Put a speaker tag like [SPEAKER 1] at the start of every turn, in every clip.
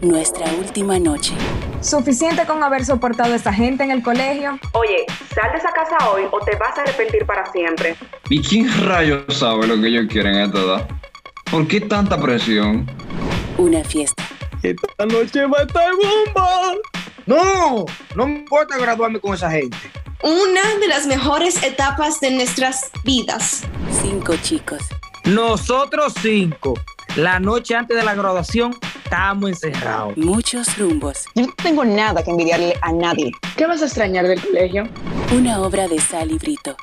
[SPEAKER 1] Nuestra última noche.
[SPEAKER 2] Suficiente con haber soportado a esta gente en el colegio.
[SPEAKER 3] Oye, sal de esa casa hoy o te vas a arrepentir para siempre.
[SPEAKER 4] ¿Y quién rayos sabe lo que ellos quieren a esta edad? ¿Por qué tanta presión?
[SPEAKER 1] Una fiesta.
[SPEAKER 5] Esta noche va a estar bomba.
[SPEAKER 6] No, no me importa graduarme con esa gente.
[SPEAKER 7] Una de las mejores etapas de nuestras vidas.
[SPEAKER 1] Cinco chicos.
[SPEAKER 8] Nosotros cinco. La noche antes de la graduación estamos encerrados.
[SPEAKER 1] Muchos rumbos.
[SPEAKER 9] Yo no tengo nada que envidiarle a nadie.
[SPEAKER 10] ¿Qué vas a extrañar del colegio?
[SPEAKER 1] Una obra de Sally Brito.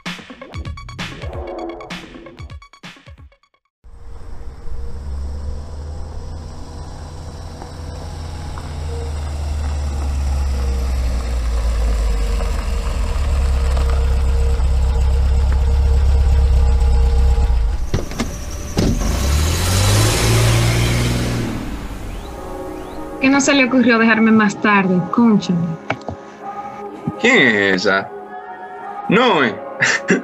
[SPEAKER 11] ¿Qué no se le ocurrió dejarme más tarde, concha?
[SPEAKER 4] ¿Quién es esa? No, eh.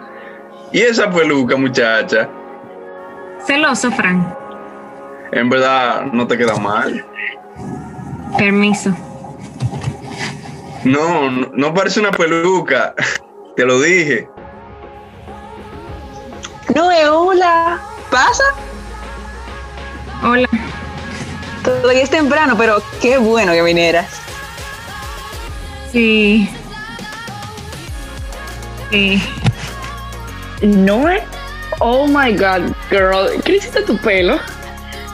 [SPEAKER 4] ¿y esa peluca, muchacha?
[SPEAKER 11] Celoso, Frank.
[SPEAKER 4] En verdad, no te queda mal.
[SPEAKER 11] Permiso.
[SPEAKER 4] No, no, no parece una peluca. Te lo dije.
[SPEAKER 9] No, eh, hola. ¿Pasa?
[SPEAKER 11] Hola.
[SPEAKER 9] Todavía es temprano, pero qué bueno que vinieras.
[SPEAKER 11] Sí. Sí.
[SPEAKER 10] Noé. Oh my god, girl. ¿Qué le hiciste a tu pelo?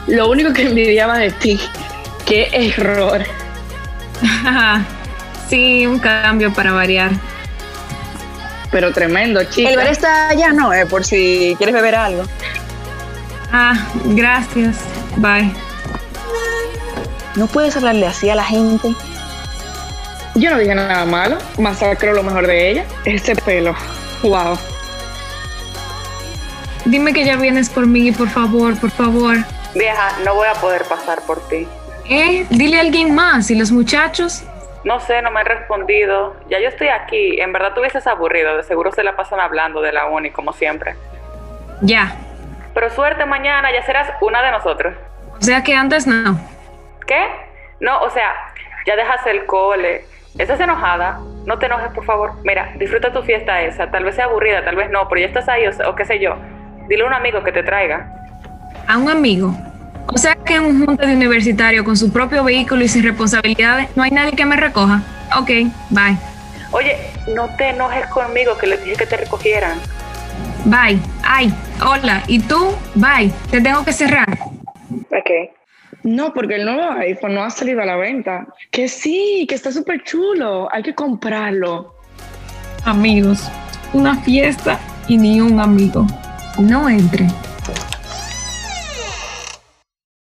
[SPEAKER 10] Lo único que envidiaba de ti. Qué error.
[SPEAKER 11] sí, un cambio para variar.
[SPEAKER 10] Pero tremendo, chica.
[SPEAKER 9] El bar está allá, no, eh, por si quieres beber algo.
[SPEAKER 11] Ah, gracias. Bye.
[SPEAKER 9] No puedes hablarle así a la gente.
[SPEAKER 10] Yo no dije nada malo, masacro lo mejor de ella. Ese pelo, wow.
[SPEAKER 11] Dime que ya vienes por mí, por favor, por favor.
[SPEAKER 3] Vieja, no voy a poder pasar por ti.
[SPEAKER 11] Eh, dile a alguien más, ¿y los muchachos?
[SPEAKER 3] No sé, no me han respondido. Ya yo estoy aquí. En verdad tuvieses aburrido. De seguro se la pasan hablando de la uni, como siempre.
[SPEAKER 11] Ya.
[SPEAKER 3] Pero suerte mañana, ya serás una de nosotros.
[SPEAKER 11] O sea que antes no.
[SPEAKER 3] ¿Qué? No, o sea, ya dejas el cole. Estás enojada. No te enojes, por favor. Mira, disfruta tu fiesta esa. Tal vez sea aburrida, tal vez no, pero ya estás ahí, o, sea, o qué sé yo. Dile a un amigo que te traiga.
[SPEAKER 11] A un amigo. O sea que en un junta de universitario con su propio vehículo y sin responsabilidades, no hay nadie que me recoja. Ok, bye.
[SPEAKER 3] Oye, no te enojes conmigo que les dije que te recogieran.
[SPEAKER 11] Bye. Ay, hola. ¿Y tú? Bye. Te tengo que cerrar.
[SPEAKER 3] Ok.
[SPEAKER 10] No, porque el nuevo iPhone no ha salido a la venta. Que sí, que está súper chulo. Hay que comprarlo.
[SPEAKER 11] Amigos, una fiesta y ni un amigo. No entre.